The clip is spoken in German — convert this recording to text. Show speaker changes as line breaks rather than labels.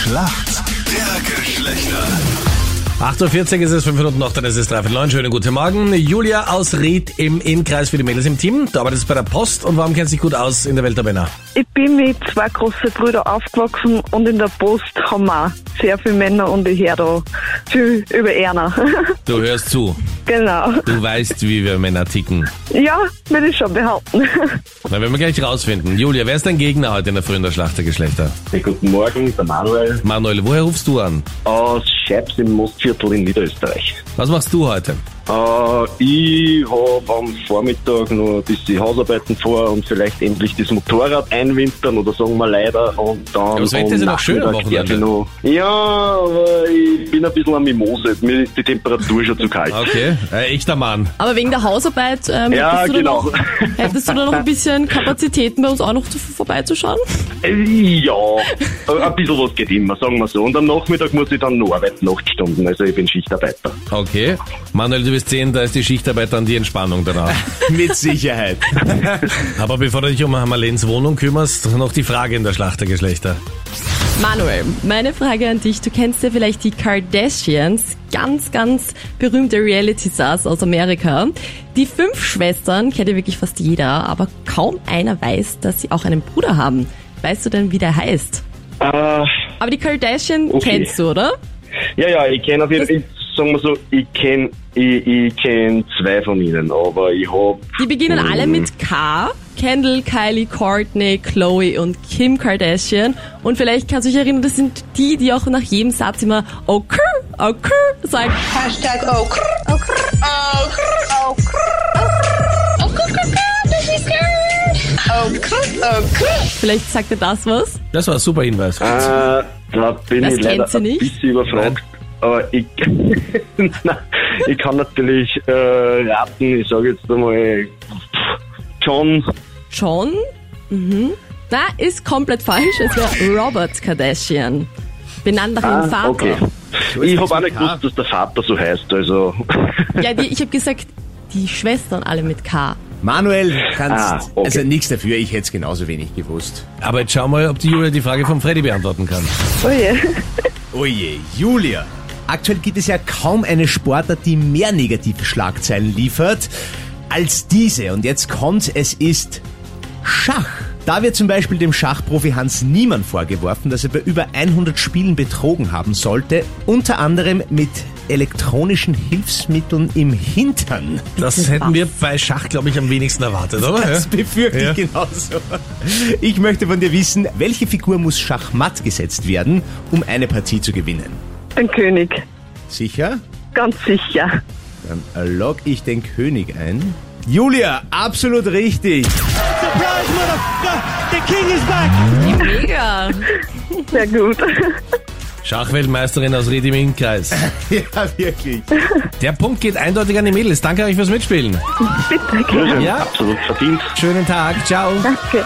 Schlacht der Geschlechter.
8.40 Uhr ist es, 5 Minuten noch, dann ist es 3 für 9. Schönen guten Morgen. Julia aus Ried im Innkreis für die Mädels im Team. Du arbeitest bei der Post und warum kennst du dich gut aus in der Welt der Männer?
Ich bin mit zwei großen Brüdern aufgewachsen und in der Post haben wir sehr viele Männer und ich höre da viel über Erna.
Du hörst zu.
genau.
Du weißt, wie wir Männer ticken.
Ja, würde ich schon behaupten.
Na, werden wir gleich rausfinden. Julia, wer ist dein Gegner heute in der frühen der Schlacht der Geschlechter?
Hey, guten Morgen, der Manuel
Manuel, woher rufst du an?
aus Scheibs im Mostviertel in Niederösterreich.
Was machst du heute?
Äh, ich habe am Vormittag noch ein bisschen Hausarbeiten vor und vielleicht endlich das Motorrad einwintern oder sagen wir leider. Und dann aber
das Wetter ist ja noch schön am Wochenende.
Noch, ja, aber ich bin ein bisschen am Mimose. Mir ist die Temperatur schon zu kalt.
Okay, äh, echter Mann.
Aber wegen der Hausarbeit, ähm,
Ja,
hättest, du da
genau.
noch, hättest du da noch ein bisschen Kapazitäten bei uns auch noch zu, vorbeizuschauen?
Äh, Ja, äh, ein bisschen was geht immer, sagen wir so. Und am Nachmittag muss ich dann noch arbeiten, acht Stunden. Also ich bin Schichtarbeiter.
Okay. Manuel, du bist 10, da ist die Schichtarbeit dann die Entspannung danach.
Mit Sicherheit.
Aber bevor du dich um Hammerlens Wohnung kümmerst, noch die Frage in der Schlacht der Geschlechter.
Manuel, meine Frage an dich. Du kennst ja vielleicht die Kardashians, ganz, ganz berühmte Reality-Stars aus Amerika. Die fünf Schwestern kennt ja wirklich fast jeder, aber kaum einer weiß, dass sie auch einen Bruder haben. Weißt du denn, wie der heißt?
Äh,
Aber die Kardashian
Okay.
kennst du, oder?
Ja, ja, ich kenne auf jeden Fall, ich- sagen wir so, ich kenne ich, ich kenn zwei von ihnen, aber ich hab.
Die beginnen
Mm.
alle mit K. Kendall, Kylie, Courtney, Chloe und Kim Kardashian. Und vielleicht kannst du dich erinnern, das sind die, die auch nach jedem Satz immer okay, okay sagen.
Hashtag oh krr, oh krr, oh krr, oh krr, oh krr, oh krr, krr, krr, this is good. Oh krr, oh krr.
Vielleicht sagt er das was.
Das war ein super Hinweis.
Äh, da bin
Das
ich
kennt
leider
sie nicht?
ein bisschen überfragt. Aber ich, Nein, ich kann natürlich äh, raten, ich sage jetzt einmal John.
John? Mhm. Na, ist komplett falsch. Es wäre Robert Kardashian. Benannt nach ihrem Vater.
Ah, okay. Ich hab auch nicht gewusst, dass der Vater so heißt, also.
Ja, die, ich habe gesagt, die Schwestern alle mit K.
Manuel, kannst
Ah, okay.
also nichts dafür, ich hätte es genauso wenig gewusst.
Aber jetzt schau mal, ob die Julia die Frage von Freddy beantworten kann.
Oh je.
Oje, Julia. Aktuell gibt es ja kaum eine Sportart, die mehr negative Schlagzeilen liefert als diese. Und jetzt kommt's, es ist Schach. Da wird zum Beispiel dem Schachprofi Hans Niemann vorgeworfen, dass er bei über 100 Spielen betrogen haben sollte, unter anderem mit elektronischen Hilfsmitteln im Hintern.
Das hätten wir bei Schach, glaube ich, am wenigsten erwartet, oder?
Das befürchte
Ja.
ich genauso. Ich möchte von dir wissen, welche Figur muss schachmatt gesetzt werden, um eine Partie zu gewinnen?
Den König.
Sicher?
Ganz sicher.
Dann log ich den König ein. Julia, absolut richtig.
Mega.
Sehr gut.
Schachweltmeisterin aus Ried im Innkreis.
Ja, wirklich.
Der Punkt geht eindeutig an die Mädels. Danke euch fürs Mitspielen.
Ja,
Ja.
Absolut verdient.
Schönen Tag. Ciao.
Danke.